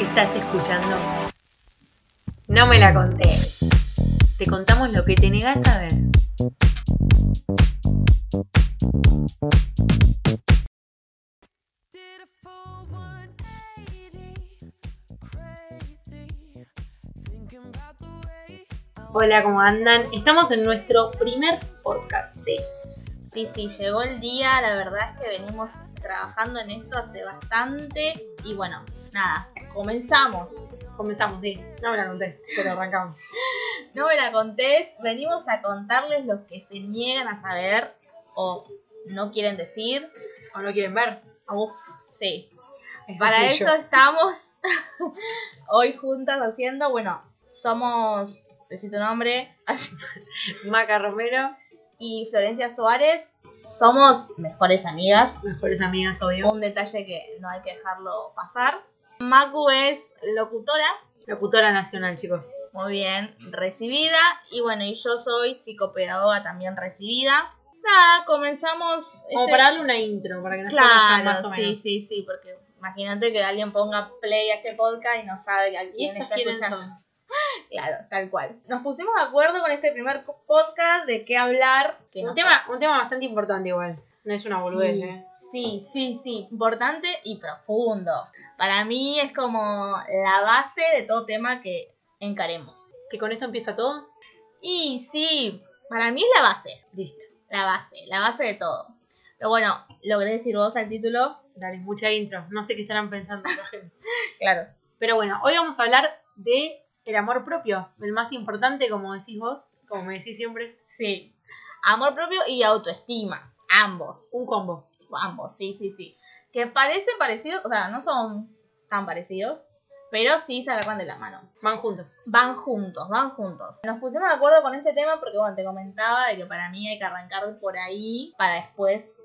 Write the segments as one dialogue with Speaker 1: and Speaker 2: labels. Speaker 1: Estás escuchando. No me la conté. Te contamos lo que te negás a ver.
Speaker 2: Did a full 180, crazy, thinking about the way
Speaker 1: Hola, ¿cómo andan? Estamos en nuestro primer podcast, sí.
Speaker 3: Sí, sí, llegó el día, la verdad es que venimos trabajando en esto hace bastante y bueno, nada, comenzamos.
Speaker 1: Comenzamos, sí. No me la contés, pero arrancamos.
Speaker 3: No me la contés, venimos a contarles lo que se niegan a saber o no quieren decir.
Speaker 1: ¿O no quieren ver?
Speaker 3: Uf, sí.
Speaker 1: Eso
Speaker 3: Para
Speaker 1: soy
Speaker 3: eso
Speaker 1: yo.
Speaker 3: estamos hoy juntas haciendo, bueno, somos, decir tu nombre,
Speaker 1: Maca Romero,
Speaker 3: y Florencia Suárez, somos mejores amigas.
Speaker 1: mejores amigas, obvio.
Speaker 3: un detalle que no hay que dejarlo pasar. Macu es locutora,
Speaker 1: Locutora nacional, chicos.
Speaker 3: muy bien recibida. Y bueno, y yo soy psicopedagoga también recibida. Nada, comenzamos.
Speaker 1: Como
Speaker 3: este-
Speaker 1: para darle una intro, para que nos conozcan
Speaker 3: Claro,
Speaker 1: más o
Speaker 3: sí,
Speaker 1: menos.
Speaker 3: sí, sí, porque imagínate que alguien ponga play a este podcast y no sabe a
Speaker 1: ¿Y
Speaker 3: quién
Speaker 1: estas
Speaker 3: está
Speaker 1: quiénes
Speaker 3: escuchando.
Speaker 1: son?
Speaker 3: Claro, tal cual. Nos pusimos de acuerdo con este primer co- podcast de qué hablar. que
Speaker 1: Un
Speaker 3: nos-
Speaker 1: tema, un tema bastante importante igual. No es una boludez,
Speaker 3: sí,
Speaker 1: ¿eh?
Speaker 3: Sí, sí, sí, importante y profundo. Para mí es como la base de todo tema que encaremos.
Speaker 1: ¿Que con esto empieza todo?
Speaker 3: Y sí, para mí es la base,
Speaker 1: Listo.
Speaker 3: la base, la base de todo. Pero bueno, logré decir vos al título,
Speaker 1: Dale, mucha intro. No sé qué estarán pensando la gente.
Speaker 3: claro.
Speaker 1: Pero bueno, hoy vamos a hablar de el amor propio, el más importante, como decís vos, como me decís siempre,
Speaker 3: Sí. Amor propio y autoestima, ambos.
Speaker 1: un combo.
Speaker 3: Ambos, sí, sí, sí. Que parecen parecidos, o sea, no son tan parecidos, pero sí se agarran de la mano.
Speaker 1: Van juntos.
Speaker 3: van juntos, van juntos. Nos pusimos de acuerdo con este tema porque, bueno, te comentaba de que para mí hay que arrancar por ahí para después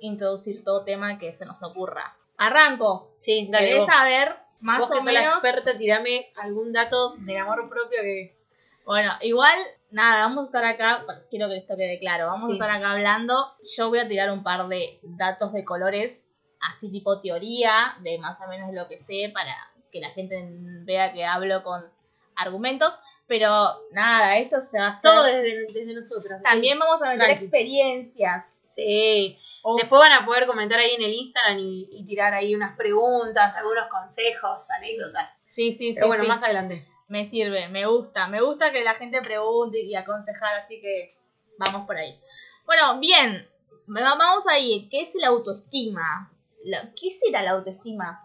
Speaker 3: introducir todo tema que se nos ocurra. Arranco.
Speaker 1: Sí,
Speaker 3: ¿Querés
Speaker 1: vos.
Speaker 3: saber más
Speaker 1: Vos que
Speaker 3: o
Speaker 1: sos la
Speaker 3: menos?
Speaker 1: experta, tirame algún dato del amor propio que...
Speaker 3: Bueno, igual, nada, vamos a estar acá, quiero que esto quede claro, vamos
Speaker 1: Sí.
Speaker 3: a estar acá hablando. Yo voy a tirar un par de datos de colores, así tipo teoría, de más o menos lo que sé, para que la gente vea que hablo con argumentos. Pero nada, esto se va a hacer...
Speaker 1: Todo desde, desde nosotras. ¿sí?
Speaker 3: También vamos a meter
Speaker 1: Tranqui.
Speaker 3: experiencias.
Speaker 1: Sí. Después van a poder comentar ahí en el Instagram y, y tirar ahí unas preguntas, algunos consejos, anécdotas.
Speaker 3: Sí, sí, sí.
Speaker 1: Pero bueno,
Speaker 3: sí.
Speaker 1: más adelante.
Speaker 3: Me sirve, me gusta. Me gusta que la gente pregunte y aconsejar, así que vamos por ahí. Bueno, bien. va- Vamos ahí. ¿Qué es la autoestima? La- ¿Qué será la autoestima?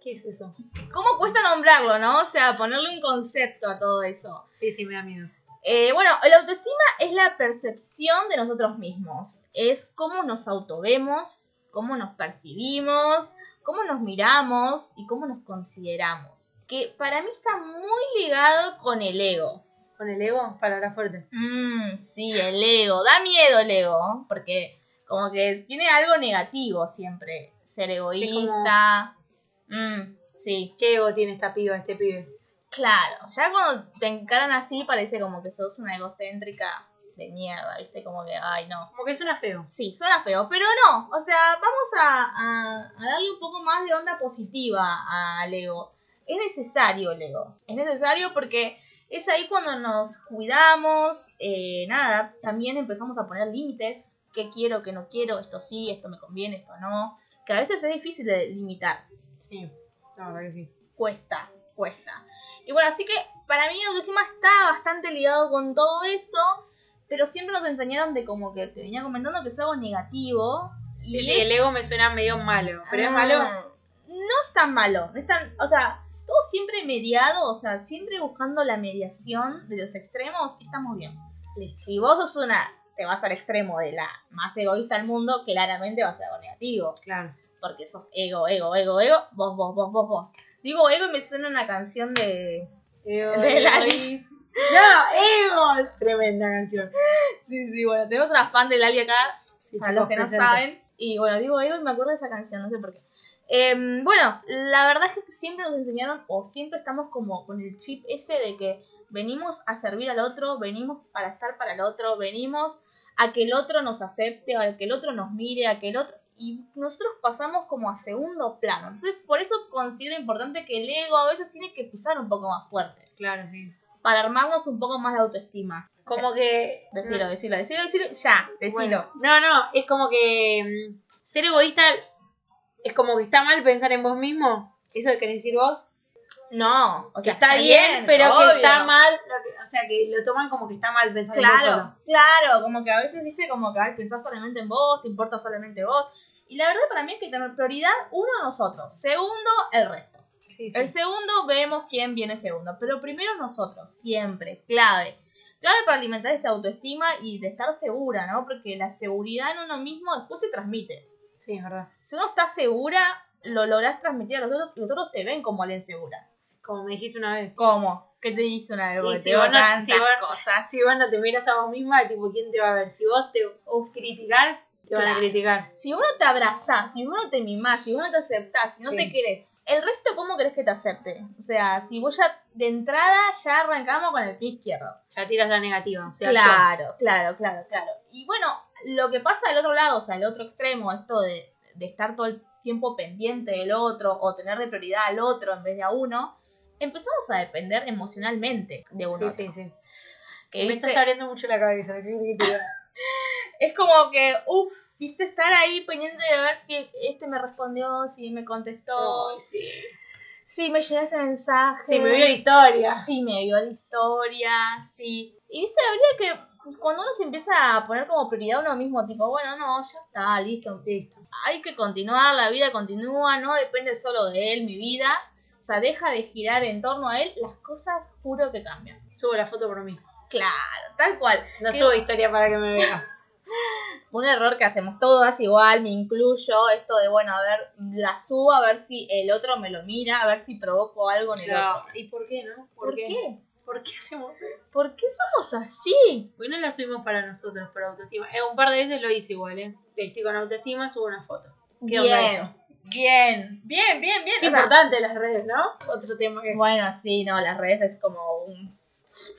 Speaker 1: ¿Qué es eso?
Speaker 3: ¿Cómo cuesta nombrarlo, no? O sea, ponerle un concepto a todo eso.
Speaker 1: Sí, sí, me da miedo.
Speaker 3: Eh, bueno, la autoestima es la percepción de nosotros mismos. Es cómo nos autovemos, cómo nos percibimos, cómo nos miramos y cómo nos consideramos. Que para mí está muy ligado con el ego.
Speaker 1: ¿Con el ego? Palabra fuerte.
Speaker 3: Mmm, sí, el ego. Da miedo el ego, ¿no? porque como que tiene algo negativo siempre. Ser egoísta. Mm, sí,
Speaker 1: ¿Qué ego tiene esta piba, este pibe?
Speaker 3: claro. Ya cuando te encaran así parece como que sos una egocéntrica de mierda, ¿viste? Como que, ay, no.
Speaker 1: Como que suena feo.
Speaker 3: Sí, suena feo, pero no. O sea, vamos a, a- a darle un poco más de onda positiva al ego. Es necesario el ego. Es necesario porque es ahí cuando nos cuidamos. eh, nada, también empezamos a poner límites. ¿Qué quiero, qué no quiero? Esto sí, esto me conviene, esto no. Que a veces es difícil de limitar.
Speaker 1: Sí, la verdad que sí.
Speaker 3: Cuesta, cuesta. Y bueno, así que para mí la autoestima está bastante ligado con todo eso. Pero siempre nos enseñaron de como que te venía comentando que es algo negativo.
Speaker 1: Sí,
Speaker 3: y
Speaker 1: sí,
Speaker 3: es-
Speaker 1: el ego me suena medio malo. Pero es
Speaker 3: Ah,
Speaker 1: malo.
Speaker 3: No es tan malo. Es tan, o sea, todo siempre mediado, o sea, siempre buscando la mediación de los extremos, estamos bien. Si vos sos una, te vas al extremo de la más egoísta del mundo, claramente va a ser algo negativo.
Speaker 1: Claro.
Speaker 3: Porque sos ego, ego, ego, ego, vos, vos, vos, vos, vos. Digo ego y me suena una canción de.
Speaker 1: Ego,
Speaker 3: de la-
Speaker 1: ¡No! ¡Ego! Tremenda canción.
Speaker 3: Sí, sí, bueno, tenemos una fan de Lali acá,
Speaker 1: Sí,
Speaker 3: para los que no saben. Y bueno, digo ego y me acuerdo de esa canción, no sé por qué. Em, bueno, la verdad es que siempre nos enseñaron, o siempre estamos como con el chip ese de que venimos a servir al otro, venimos para estar para el otro, venimos a que el otro nos acepte, a que el otro nos mire, a que el otro. y nosotros pasamos como a segundo plano. Entonces, por eso considero importante que el ego a veces tiene que pisar un poco más fuerte,
Speaker 1: Claro, sí.
Speaker 3: para armarnos un poco más de autoestima.
Speaker 1: Como que.
Speaker 3: Decilo, decilo, decilo, decilo, ya, decilo.
Speaker 1: Bueno, no, no, es como que mm, ser egoísta es como que está mal pensar en vos mismo. ¿Eso querés decir vos?
Speaker 3: No, o
Speaker 1: O sea,
Speaker 3: sea,
Speaker 1: está, bien, pero
Speaker 3: obvio.
Speaker 1: que está mal. lo que- o sea, que lo toman como que está mal pensar en vos solo.
Speaker 3: Claro, claro, como que a veces, viste, como que ay, pensás solamente en vos, te importa solamente vos. Y la verdad para mí es que tener prioridad uno nosotros, segundo el resto.
Speaker 1: Sí, sí.
Speaker 3: El segundo vemos quién viene segundo, pero primero nosotros, siempre, clave. Clave para alimentar esta autoestima y de estar segura, ¿no? Porque la seguridad en uno mismo después se transmite.
Speaker 1: Sí, es verdad.
Speaker 3: Si uno está segura, lo lográs transmitir a los otros y los otros te ven como alguien segura.
Speaker 1: Como me dijiste una vez.
Speaker 3: ¿Cómo? ¿Qué te dije una vez?
Speaker 1: Y
Speaker 3: Porque
Speaker 1: si
Speaker 3: te digo
Speaker 1: vos no-
Speaker 3: tantas
Speaker 1: si vos-
Speaker 3: cosas.
Speaker 1: Si vos no te miras a vos misma, tipo, ¿quién te va a ver? Si vos te vos criticás, te van
Speaker 3: Claro.
Speaker 1: a criticar.
Speaker 3: Si uno te abrazás, si uno te mimás, si uno te aceptás, si no
Speaker 1: Sí.
Speaker 3: te querés, el resto, ¿cómo querés que te acepte? O sea, si vos ya de entrada ya arrancamos con el pie izquierdo.
Speaker 1: Ya tiras la negativa. O sea,
Speaker 3: claro, claro, claro, claro. Y bueno, lo que pasa del otro lado, o sea, el otro extremo, esto de, de estar todo el tiempo pendiente del otro o tener de prioridad al otro en vez de a uno, empezamos a depender emocionalmente de
Speaker 1: yo-
Speaker 3: uno.
Speaker 1: Sí, sí, sí. Este-
Speaker 3: Que,
Speaker 1: Me
Speaker 3: viste,
Speaker 1: estás abriendo mucho la cabeza. ¿qué querés que te diga?
Speaker 3: es como que, uff, viste estar ahí pendiente de ver si este me respondió, si me contestó,
Speaker 1: Ay, Oh, sí.
Speaker 3: si me llega ese mensaje.
Speaker 1: Sí, me vio la historia.
Speaker 3: Sí, me vio la historia, sí. Y viste, habría que. Cuando uno se empieza a poner como prioridad a uno mismo, tipo, bueno, no, ya está, listo, listo. Hay que continuar, la vida continúa, no depende solo de él, mi vida. O sea, deja de girar en torno a él, las cosas juro que cambian.
Speaker 1: Subo la foto por mí.
Speaker 3: Claro, tal cual.
Speaker 1: No
Speaker 3: ¿Qué?
Speaker 1: subo historia para que me vea.
Speaker 3: Un error que hacemos todas igual, me incluyo, esto de, bueno, a ver, la subo, a ver si el otro me lo mira, a ver si provoco algo en el otro.
Speaker 1: ¿Y por qué, no?
Speaker 3: ¿Por qué?
Speaker 1: ¿Por qué hacemos eso?
Speaker 3: ¿Por qué somos así?
Speaker 1: Porque no la subimos para nosotros, para autoestima. Eh, un par de veces lo hice igual, ¿eh? Que Estoy con autoestima, subo una foto. ¿Qué onda eso?
Speaker 3: Bien, bien, bien, bien.
Speaker 1: Qué
Speaker 3: O sea,
Speaker 1: importante las redes, ¿no? Otro tema que...
Speaker 3: bueno, sí, no, las redes es como un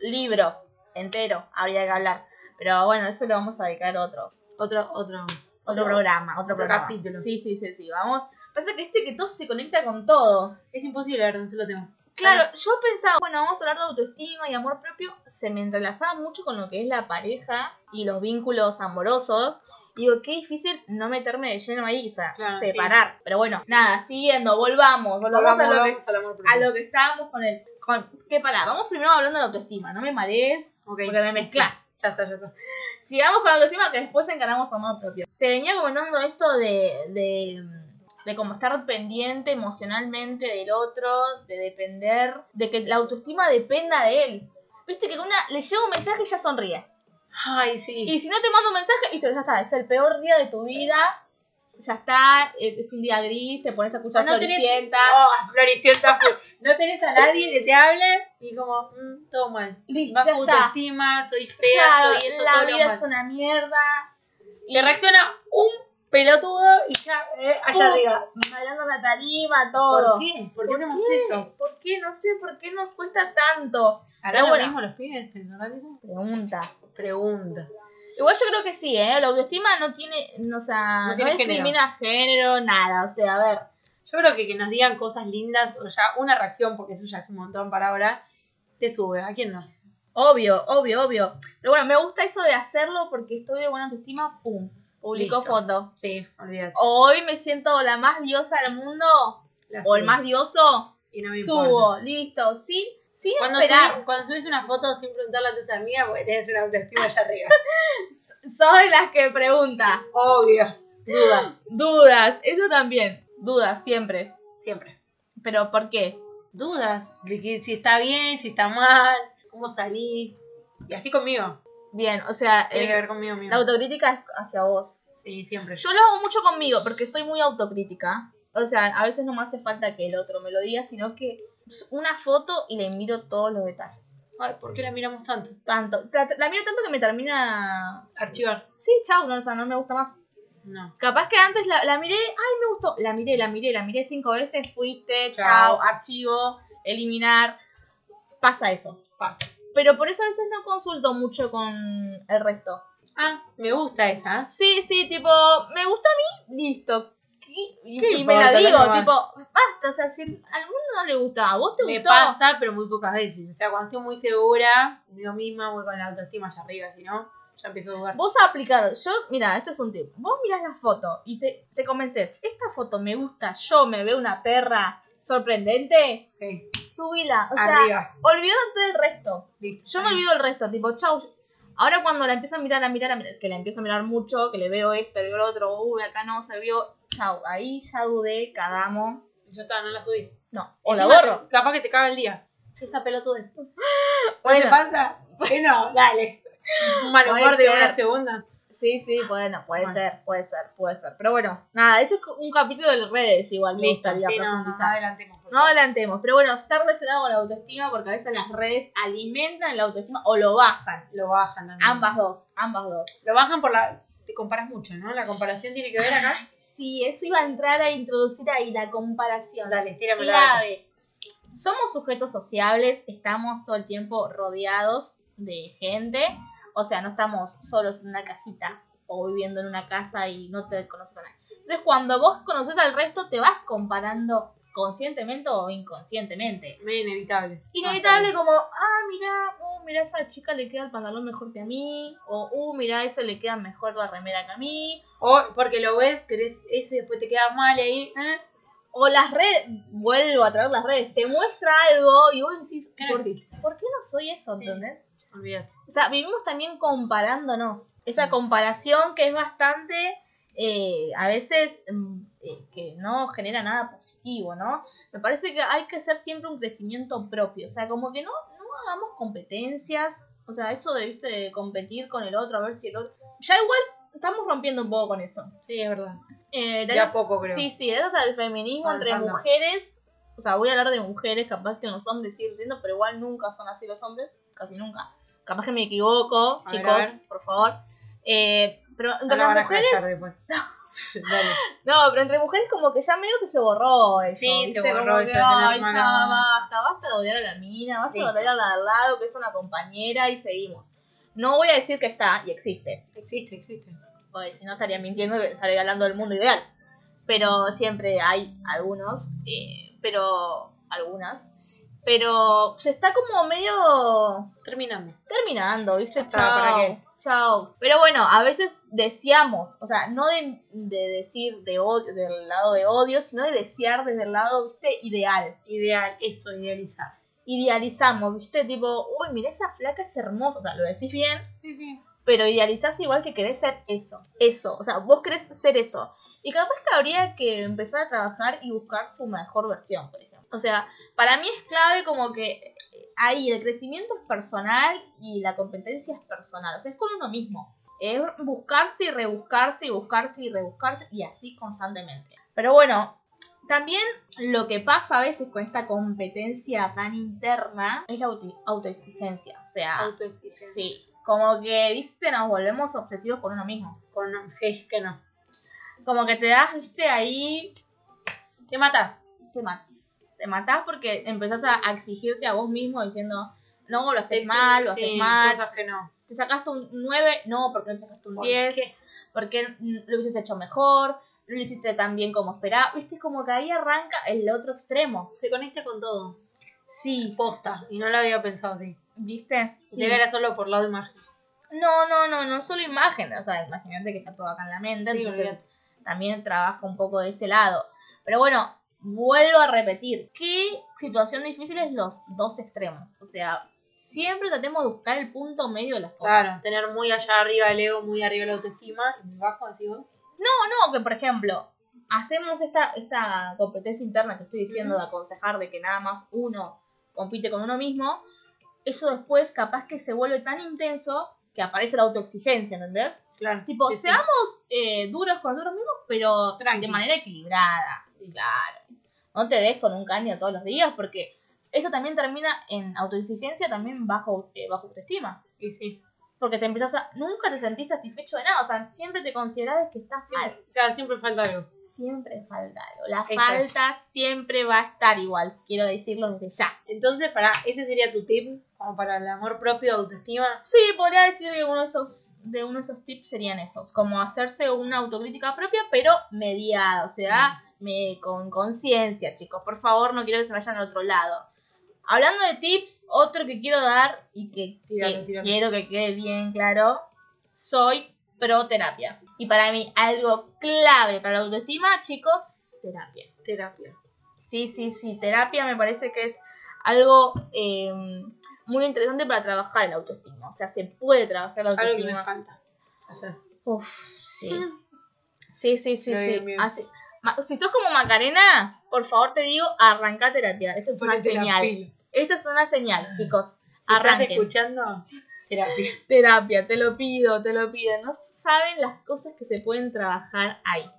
Speaker 3: libro entero, habría que hablar. Pero bueno, eso lo vamos a dedicar a otro,
Speaker 1: Otro, otro.
Speaker 3: otro programa, otro,
Speaker 1: otro
Speaker 3: programa.
Speaker 1: capítulo.
Speaker 3: Sí, sí, sí, sí, vamos. Pasa que este que todo se conecta con todo.
Speaker 1: Es imposible ver un solo tema.
Speaker 3: Claro, yo pensaba, bueno, vamos a hablar de autoestima y amor propio. Se me entrelazaba mucho con lo que es la pareja y los vínculos amorosos. Digo, qué difícil no meterme de lleno ahí, o sea,
Speaker 1: Claro, sí.
Speaker 3: separar. Pero bueno, nada, siguiendo, volvamos, volvamos, a lo que
Speaker 1: al amor
Speaker 3: a lo que estábamos con el. Con, que pará, vamos primero hablando de la autoestima, no me marees,
Speaker 1: Ok,
Speaker 3: porque me
Speaker 1: sí,
Speaker 3: mezclas.
Speaker 1: Ya está, ya está.
Speaker 3: Sigamos con la autoestima que después encaramos amor propio. Te venía comentando esto de, de, de como estar pendiente emocionalmente del otro, de depender, de que la autoestima dependa de él. Viste que una le llega un mensaje y ya sonríe.
Speaker 1: Ay, sí.
Speaker 3: Y si no te manda un mensaje, listo, ya está, es el peor día de tu vida. Ya está, eh, es un día gris, te pones a escuchar
Speaker 1: No tenés-
Speaker 3: Floricienta.
Speaker 1: Oh, Floricienta full. No tenés a nadie que te hable y como, mm, todo mal.
Speaker 3: Listo,
Speaker 1: Bajo
Speaker 3: ya está.
Speaker 1: autoestima, soy fea,
Speaker 3: Claro,
Speaker 1: soy esto,
Speaker 3: la
Speaker 1: todo lo
Speaker 3: vida
Speaker 1: mal.
Speaker 3: es una mierda.
Speaker 1: Te reacciona un pelotudo y ya, eh, allá
Speaker 3: Uh,
Speaker 1: arriba.
Speaker 3: Bailando en la tarima, todo.
Speaker 1: ¿Por qué? ¿Por qué hacemos eso?
Speaker 3: ¿Por qué? No sé, ¿por qué nos cuesta tanto?
Speaker 1: ¿Harán
Speaker 3: Pero
Speaker 1: lo
Speaker 3: bueno.
Speaker 1: mismo los pibes? ¿Pensarán eso?
Speaker 3: Pregunta.
Speaker 1: Pregunta.
Speaker 3: Igual yo creo que sí, ¿eh? La autoestima no tiene, no, o sea,
Speaker 1: No
Speaker 3: no,
Speaker 1: tiene género.
Speaker 3: discrimina género, nada. O sea, a ver,
Speaker 1: Yo creo que que nos digan cosas lindas o ya una reacción, porque eso ya es un montón para ahora, te sube. ¿A quién no?
Speaker 3: obvio, obvio, obvio. Pero bueno, me gusta eso de hacerlo porque estoy de buena autoestima, pum, publico
Speaker 1: Listo.
Speaker 3: foto.
Speaker 1: Sí, olvídate.
Speaker 3: Hoy me siento la más diosa del mundo,
Speaker 1: La
Speaker 3: o
Speaker 1: sube.
Speaker 3: el más dioso,
Speaker 1: Y no me importa.
Speaker 3: subo, listo, sin, sin
Speaker 1: Cuando,
Speaker 3: esperar.
Speaker 1: subí- cuando subís una foto sin preguntarle a tus amigas, porque tenés una autoestima allá arriba.
Speaker 3: Soy las que pregunta.
Speaker 1: Obvio. Dudas.
Speaker 3: Dudas, eso también. Dudas, siempre.
Speaker 1: Siempre.
Speaker 3: Pero ¿por qué?
Speaker 1: Dudas de que si está bien, si está mal, cómo salí. Y así conmigo.
Speaker 3: Bien, o sea,
Speaker 1: Tiene
Speaker 3: el-
Speaker 1: que ver conmigo mismo.
Speaker 3: Eh, la autocrítica es hacia vos.
Speaker 1: Sí, siempre.
Speaker 3: Yo lo hago mucho conmigo porque soy muy autocrítica. O sea, a veces no me hace falta que el otro me lo diga, sino que una foto y le miro todos los detalles.
Speaker 1: Ay, ¿por qué la miramos tanto?
Speaker 3: Tanto, la, la miro tanto que me termina...
Speaker 1: Archivar.
Speaker 3: Sí, chau, no, o sea, no me gusta más.
Speaker 1: No.
Speaker 3: Capaz que antes la, la miré, ay, me gustó. La miré, la miré, la miré cinco veces, fuiste,
Speaker 1: Chao.
Speaker 3: chao, archivo, eliminar. Pasa eso.
Speaker 1: Pasa.
Speaker 3: Pero por eso a veces no consulto mucho con el resto.
Speaker 1: Ah, me gusta esa.
Speaker 3: Sí, sí, tipo, me gusta a mí, listo. Y,
Speaker 1: ¿Qué
Speaker 3: y me la
Speaker 1: importa?
Speaker 3: digo,
Speaker 1: Nomás.
Speaker 3: tipo, basta, o sea, si a alguno no le gusta, a vos te
Speaker 1: Me
Speaker 3: gustó.
Speaker 1: pasa, pero muy pocas veces. O sea, cuando estoy muy segura, yo misma voy con la autoestima allá arriba, si no, ya empiezo a dudar.
Speaker 3: Vos a aplicar, yo, mira, esto es un tip. Vos mirás la foto y te, te convences, esta foto me gusta, yo me veo una perra sorprendente,
Speaker 1: Sí,
Speaker 3: subila. O sea,
Speaker 1: arriba.
Speaker 3: olvidándote del resto.
Speaker 1: Listo.
Speaker 3: Yo me olvido el resto, tipo, chau. Ahora cuando la empiezo a mirar, a mirar, a mirar, que la empiezo a mirar mucho, que le veo esto, le veo lo otro, uy, acá no se vio, chau. Ahí ya dudé, cagamos.
Speaker 1: Ya está, no la subís.
Speaker 3: No, o la
Speaker 1: Encima,
Speaker 3: borro.
Speaker 1: Capaz que te caga el día. Che, esa pelotudez. ¿No te
Speaker 3: Bueno,
Speaker 1: pasa? Que no, dale. Un mal humor
Speaker 3: Puede
Speaker 1: de una
Speaker 3: ser.
Speaker 1: segunda.
Speaker 3: sí, sí, bueno, puede
Speaker 1: Bueno.
Speaker 3: ser, puede ser, puede ser. Pero bueno, nada, eso es un capítulo de redes igual, me
Speaker 1: Listo, sí,
Speaker 3: gustaría
Speaker 1: no, no,
Speaker 3: profundizar.
Speaker 1: adelantemos. por
Speaker 3: No
Speaker 1: favor.
Speaker 3: adelantemos, pero bueno, está relacionado con la autoestima porque a veces las redes alimentan la autoestima o lo bajan.
Speaker 1: Lo bajan también.
Speaker 3: Ambas dos, ambas dos.
Speaker 1: Lo bajan por la. Te comparas mucho, ¿no? La comparación tiene que ver acá.
Speaker 3: Sí, eso iba a entrar a introducir ahí la comparación.
Speaker 1: Dale, estírame la.
Speaker 3: clave. Somos sujetos sociables, estamos todo el tiempo rodeados de gente, o sea, no estamos solos en una cajita o viviendo en una casa y no te conoces a nadie. Entonces, cuando vos conoces al resto, te vas comparando conscientemente o inconscientemente.
Speaker 1: Me inevitable.
Speaker 3: Inevitable como, ah, mira, uh, mira, a esa chica le queda el pantalón mejor que a mí, o, uh, mira, a ese le queda mejor la remera que a mí,
Speaker 1: O porque lo ves, querés eso y después te quedas mal y ahí. ¿eh?
Speaker 3: O las redes, vuelvo a traer las redes, te muestra algo y vos decís,
Speaker 1: ¿Qué no
Speaker 3: ¿por,
Speaker 1: existe?
Speaker 3: por qué no soy eso?
Speaker 1: Sí.
Speaker 3: ¿Entendés?
Speaker 1: Olvídate.
Speaker 3: O sea, vivimos también comparándonos. Esa
Speaker 1: Mm.
Speaker 3: comparación que es bastante, eh, a veces, mm, eh, que no genera nada positivo, ¿no? Me parece que hay que hacer siempre un crecimiento propio. O sea, como que no, no hagamos competencias. O sea, eso de, ¿viste? de competir con el otro, a ver si el otro... Ya igual estamos rompiendo un poco con eso.
Speaker 1: Sí, es verdad. De
Speaker 3: Eh, gracias-
Speaker 1: a poco, creo. Ah,
Speaker 3: Sí, sí, gracias al feminismo entre
Speaker 1: Avanzando.
Speaker 3: mujeres. O sea, voy a hablar de mujeres, capaz que los hombres siguen siendo, pero igual nunca son así los hombres, casi nunca. Capaz que me equivoco,
Speaker 1: A ver,
Speaker 3: chicos,
Speaker 1: a ver.
Speaker 3: por favor. Eh, pero entre
Speaker 1: Ahora van a
Speaker 3: las mujeres,
Speaker 1: cachar después. pues. Dale.
Speaker 3: no, pero entre mujeres como que ya medio que se borró eso.
Speaker 1: Sí, se
Speaker 3: ¿viste?
Speaker 1: borró
Speaker 3: Como
Speaker 1: eso
Speaker 3: que,
Speaker 1: de tener
Speaker 3: Ay,
Speaker 1: mala
Speaker 3: chava,
Speaker 1: onda".
Speaker 3: basta, basta de odiar a la mina, basta
Speaker 1: Listo.
Speaker 3: de odiar a la de al lado, que es una compañera, y seguimos. No voy a decir que está y existe,
Speaker 1: Existe, existe.
Speaker 3: porque si no estaría mintiendo y estaría hablando del mundo ideal. Pero siempre hay algunos, eh, pero algunas. Pero se está como medio
Speaker 1: Terminando.
Speaker 3: terminando, ¿viste?
Speaker 1: está,
Speaker 3: Chao,
Speaker 1: ¿para qué?
Speaker 3: chao. Pero bueno, a veces deseamos, o sea, no de, de decir de odio- del lado de odio, sino de desear desde el lado, ¿viste? Ideal.
Speaker 1: Ideal, eso, idealizar.
Speaker 3: Idealizamos, ¿viste? Tipo, uy, mira esa flaca es hermosa. O sea, lo decís bien,
Speaker 1: Sí, sí.
Speaker 3: pero idealizás igual que querés ser eso, eso, o sea, vos querés ser eso. Y capaz que habría que empezar a trabajar y buscar su mejor versión, por ejemplo. O sea, para mí es clave como que eh, ahí el crecimiento es personal y la competencia es personal, o sea, es con uno mismo. Es buscarse y rebuscarse y buscarse y rebuscarse y así constantemente. Pero bueno, también lo que pasa a veces con esta competencia tan interna es la auto- autoexigencia, o
Speaker 1: Ah,
Speaker 3: sea...
Speaker 1: Autoexigencia.
Speaker 3: Sí, como que, viste, nos volvemos obsesivos con uno mismo.
Speaker 1: Con no- sí, es que no.
Speaker 3: Como que te das, viste, ahí
Speaker 1: Te matas.
Speaker 3: te matas. Te matás porque empezás a a exigirte a vos mismo diciendo, no, lo haces mal, lo haces mal.
Speaker 1: Cosas que no.
Speaker 3: Te sacaste un 9, no, porque no te sacaste un 10,
Speaker 1: ¿Por qué?
Speaker 3: porque lo hubieses hecho mejor, no lo hiciste tan bien como esperaba. Viste, como que ahí arranca el otro extremo.
Speaker 1: Se conecta con todo.
Speaker 3: Sí,
Speaker 1: Posta. Y no lo había pensado así.
Speaker 3: viste.
Speaker 1: Si era solo por lado de margen.
Speaker 3: No, no, no, no solo imagen, o sea, imagínate que está todo acá en la mente,
Speaker 1: Sí,
Speaker 3: entonces
Speaker 1: olvídate.
Speaker 3: también trabaja un poco de ese lado. Pero bueno, vuelvo a repetir, qué situación difícil es los dos extremos. O sea, siempre tratemos de buscar el punto medio de las cosas.
Speaker 1: Claro, tener muy allá arriba el ego, muy arriba la autoestima, y muy bajo, así vos.
Speaker 3: No, que por ejemplo, hacemos esta, esta competencia interna que estoy diciendo de aconsejar de que nada más uno compite con uno mismo, eso después capaz que se vuelve tan intenso que aparece la autoexigencia, ¿entendés?
Speaker 1: Claro.
Speaker 3: Tipo,
Speaker 1: sí, sí.
Speaker 3: seamos eh, duros con nosotros mismos, pero
Speaker 1: Tranqui.
Speaker 3: de manera equilibrada. Claro. No te des con un caño todos los días, porque eso también termina en autoexigencia, también bajo, eh, bajo autoestima.
Speaker 1: Y sí.
Speaker 3: porque te empiezas a. Nunca te sentís satisfecho de nada. O sea, siempre te considerás que estás mal.
Speaker 1: Siempre, claro, siempre falta algo.
Speaker 3: Siempre falta algo. La
Speaker 1: Eso es.
Speaker 3: falta siempre va a estar igual. Quiero decirlo desde ya.
Speaker 1: Entonces, para ese sería tu tip, como para el amor propio, autoestima.
Speaker 3: Sí, podría decir que uno de esos, de uno de esos tips serían esos, como hacerse una autocrítica propia, pero mediada, o sea, me- con conciencia, chicos. Por favor, no quiero que se vayan al otro lado. Hablando de tips, otro que quiero dar y que,
Speaker 1: Tíralo,
Speaker 3: que
Speaker 1: tíralo.
Speaker 3: quiero que quede bien claro, soy pro terapia. Y para mí, algo clave para la autoestima, chicos, terapia.
Speaker 1: Terapia.
Speaker 3: Sí, sí, sí, terapia me parece que es algo eh, muy interesante para trabajar la autoestima. O sea, se puede trabajar la
Speaker 1: Algo que me
Speaker 3: autoestima.
Speaker 1: falta hacer.
Speaker 3: Uf, sí. Sí, sí, sí,
Speaker 1: Bien,
Speaker 3: sí.
Speaker 1: bien.
Speaker 3: Así- Ma- si sos como Macarena, por favor te digo, arranca terapia. Esta es una
Speaker 1: Ponete la
Speaker 3: señal.
Speaker 1: pila. Ah.
Speaker 3: Esta es una señal, chicos.
Speaker 1: Si estás
Speaker 3: Arranquen.
Speaker 1: escuchando, terapia.
Speaker 3: terapia, te lo pido, te lo pido. No saben las cosas que se pueden trabajar ahí.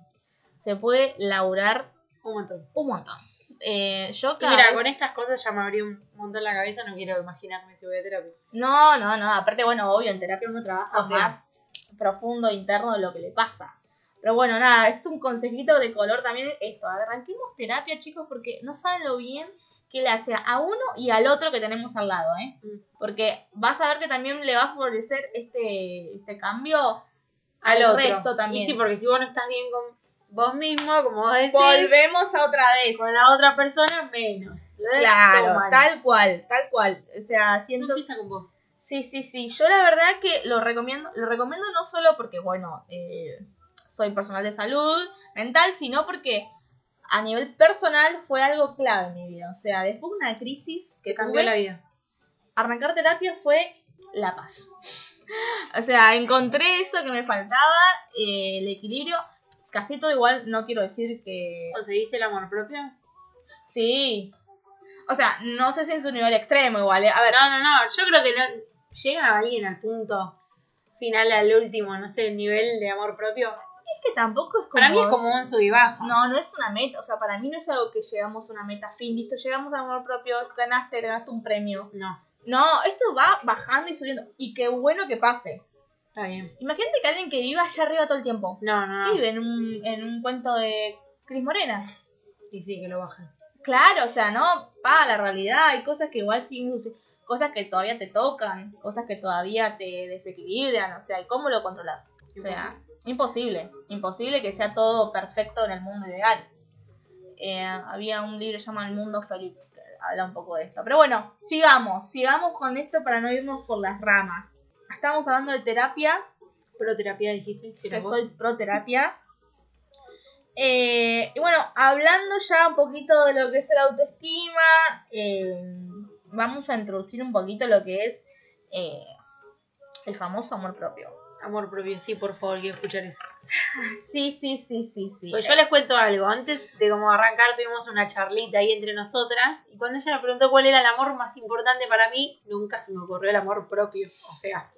Speaker 3: Se puede laburar
Speaker 1: Un montón.
Speaker 3: un montón. Eh, yo
Speaker 1: Y
Speaker 3: cada
Speaker 1: mira,
Speaker 3: vez-
Speaker 1: con estas cosas ya me abrió un montón la cabeza, no quiero imaginarme si voy a terapia.
Speaker 3: No, no, no. Aparte, bueno, obvio, en terapia uno trabaja
Speaker 1: O sea.
Speaker 3: más profundo, interno de lo que le pasa. Pero bueno, nada, es un consejito de color también esto. Arranquemos terapia, chicos, porque no saben lo bien que le hace a uno y al otro que tenemos al lado, ¿eh?
Speaker 1: Mm.
Speaker 3: Porque vas a ver que también le va a favorecer este, este cambio al,
Speaker 1: otro.
Speaker 3: resto también.
Speaker 1: Y sí, porque si vos no estás bien con vos mismo, como vos decís,
Speaker 3: Volvemos a otra vez.
Speaker 1: con la otra persona, menos. ¿Eh?
Speaker 3: Claro,
Speaker 1: Todo mal.
Speaker 3: tal cual, tal cual. O sea,
Speaker 1: No
Speaker 3: siento
Speaker 1: empieza con vos.
Speaker 3: Sí, sí, sí. Yo la verdad que lo recomiendo, lo recomiendo no solo porque, bueno, eh, soy personal de salud mental, sino porque a nivel personal fue algo clave en mi vida. O sea, después de una crisis que
Speaker 1: Te cambió
Speaker 3: tuve,
Speaker 1: la vida.
Speaker 3: arrancar terapia fue la paz. o sea, encontré eso que me faltaba, eh, el equilibrio. Casi todo igual, no quiero decir que...
Speaker 1: ¿Conseguiste el amor propio?
Speaker 3: Sí. O sea, no sé si en su nivel extremo igual. eh. A ver,
Speaker 1: No, no, no. Yo creo que no. Llega alguien al punto final, al último, no sé, el nivel de amor propio.
Speaker 3: es que tampoco es como...
Speaker 1: Para mí es como un sub y baja.
Speaker 3: No, no es una meta, o sea, para mí no es algo que llegamos a una meta fin, listo, llegamos al amor propio, ganaste, ganaste un premio.
Speaker 1: No,
Speaker 3: No, esto va bajando y subiendo, y qué bueno que pase.
Speaker 1: está bien.
Speaker 3: Imagínate que alguien que viva allá arriba todo el tiempo,
Speaker 1: No, no,
Speaker 3: que
Speaker 1: no.
Speaker 3: vive en un, en un cuento de Cris Morena.
Speaker 1: Y sí, que lo bajen.
Speaker 3: Claro, o sea, no, pa, la realidad, hay cosas que igual siguen suce- cosas que todavía te tocan, cosas que todavía te desequilibran, o sea, ¿y cómo lo controlas? O sea, imposible, imposible que sea todo perfecto en el mundo ideal. Eh, había un libro llamado El Mundo Feliz que habla un poco de esto. Pero bueno, sigamos, sigamos con esto para no irnos por las ramas. Estamos hablando de terapia,
Speaker 1: Pero terapia dijiste.
Speaker 3: que
Speaker 1: pero vos-
Speaker 3: soy pro terapia. Eh, y bueno, hablando ya un poquito de lo que es la autoestima, eh, vamos a introducir un poquito lo que es eh, el famoso amor propio.
Speaker 1: Amor propio, sí, por favor, quiero escuchar eso.
Speaker 3: Sí, sí, sí, sí, sí.
Speaker 1: Pues yo les cuento algo. Antes de como arrancar tuvimos una charlita ahí entre nosotras y cuando ella me preguntó cuál era el amor más importante para mí, nunca se me ocurrió el amor propio. O sea,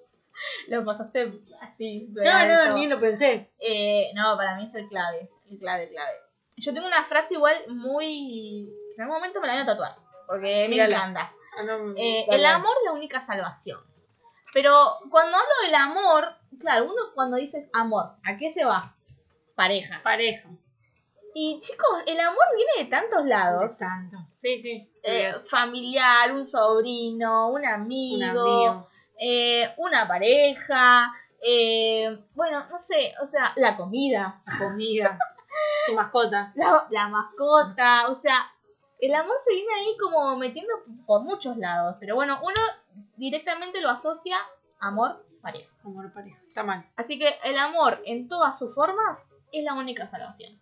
Speaker 3: Lo pasaste así. de
Speaker 1: no, no,
Speaker 3: alto.
Speaker 1: ni lo pensé.
Speaker 3: Eh, no, para mí es el clave. El clave, clave. Yo tengo una frase igual muy. que en algún momento me la voy a tatuar. Porque me
Speaker 1: Tírala.
Speaker 3: encanta.
Speaker 1: Ah, no,
Speaker 3: Eh,
Speaker 1: dale,
Speaker 3: el
Speaker 1: dale.
Speaker 3: amor es la única salvación. Pero cuando hablo del amor, claro, uno cuando dices amor, ¿a qué se va? Pareja.
Speaker 1: Pareja.
Speaker 3: Y chicos, el amor viene de tantos lados.
Speaker 1: Santo. Sí, sí.
Speaker 3: Eh, familiar, un sobrino, un amigo,
Speaker 1: un amigo.
Speaker 3: eh, una pareja, eh, bueno, no sé, o sea, la comida.
Speaker 1: Comida. tu mascota.
Speaker 3: la, la mascota, o sea, el amor se viene ahí como metiendo por muchos lados, pero bueno, uno directamente lo asocia amor pareja.
Speaker 1: Amor pareja. Está mal.
Speaker 3: Así que el amor en todas sus formas es la única salvación.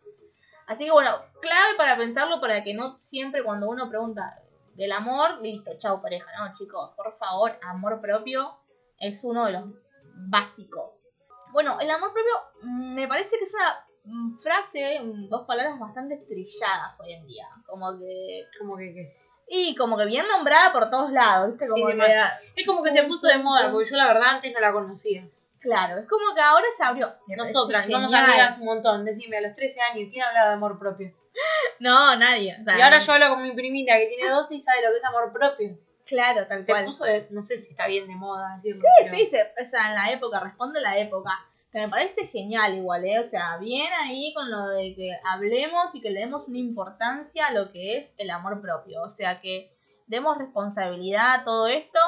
Speaker 3: Así que bueno, clave para pensarlo para que no siempre cuando uno pregunta del amor, listo, chau pareja. No, chicos, por favor, amor propio es uno de los básicos. Bueno, el amor propio mm, me parece que es una mm, frase, mm, dos palabras bastante estrelladas hoy en día. Como que.
Speaker 1: Como que, que-
Speaker 3: Y como que bien nombrada por todos lados, ¿viste?
Speaker 1: Sí,
Speaker 3: Como que-
Speaker 1: demasiado. Es como que se puso de moda, porque yo la verdad antes no la conocía.
Speaker 3: Claro, es como que ahora se abrió. Me parece
Speaker 1: Nosotras, somos
Speaker 3: genial.
Speaker 1: amigas un montón. Decime, a los 13 años, ¿quién hablaba de amor propio?
Speaker 3: No, nadie. o sea,
Speaker 1: Y ahora yo hablo con mi primita que tiene 12 y sabe lo que es amor propio.
Speaker 3: Claro, tal
Speaker 1: Se
Speaker 3: cual.
Speaker 1: puso de- no sé si está bien de moda decirlo.
Speaker 3: Sí,
Speaker 1: pero-
Speaker 3: sí, se- o sea, en la época, responde la época. Que me parece genial igual, ¿eh? O sea, bien ahí con lo de que hablemos y que le demos una importancia a lo que es el amor propio. O sea, que demos responsabilidad a todo esto.